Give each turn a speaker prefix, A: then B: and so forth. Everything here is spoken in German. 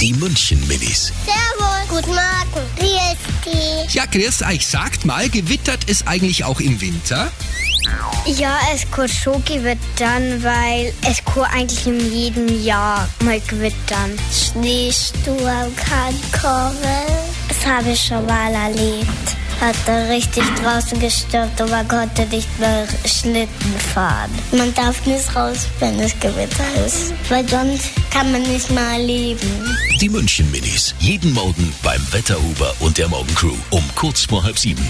A: Die München Minis.
B: Servus. Guten Morgen. Wie ist die?
A: Ja, Chris, ah, ich sagt mal, gewittert es eigentlich auch im Winter?
B: Ja, es kurz schon gewittern, weil es kann eigentlich in jedem Jahr mal gewittern. Schneesturm kann kommen. Das habe ich schon mal erlebt. Hat er richtig draußen gestürmt und man konnte nicht mehr Schlitten fahren. Man darf nicht raus, wenn es Gewitter ist, weil sonst kann man nicht mehr leben.
A: Die München Minis. Jeden Morgen beim Wetterhuber und der Morgencrew um kurz vor halb sieben.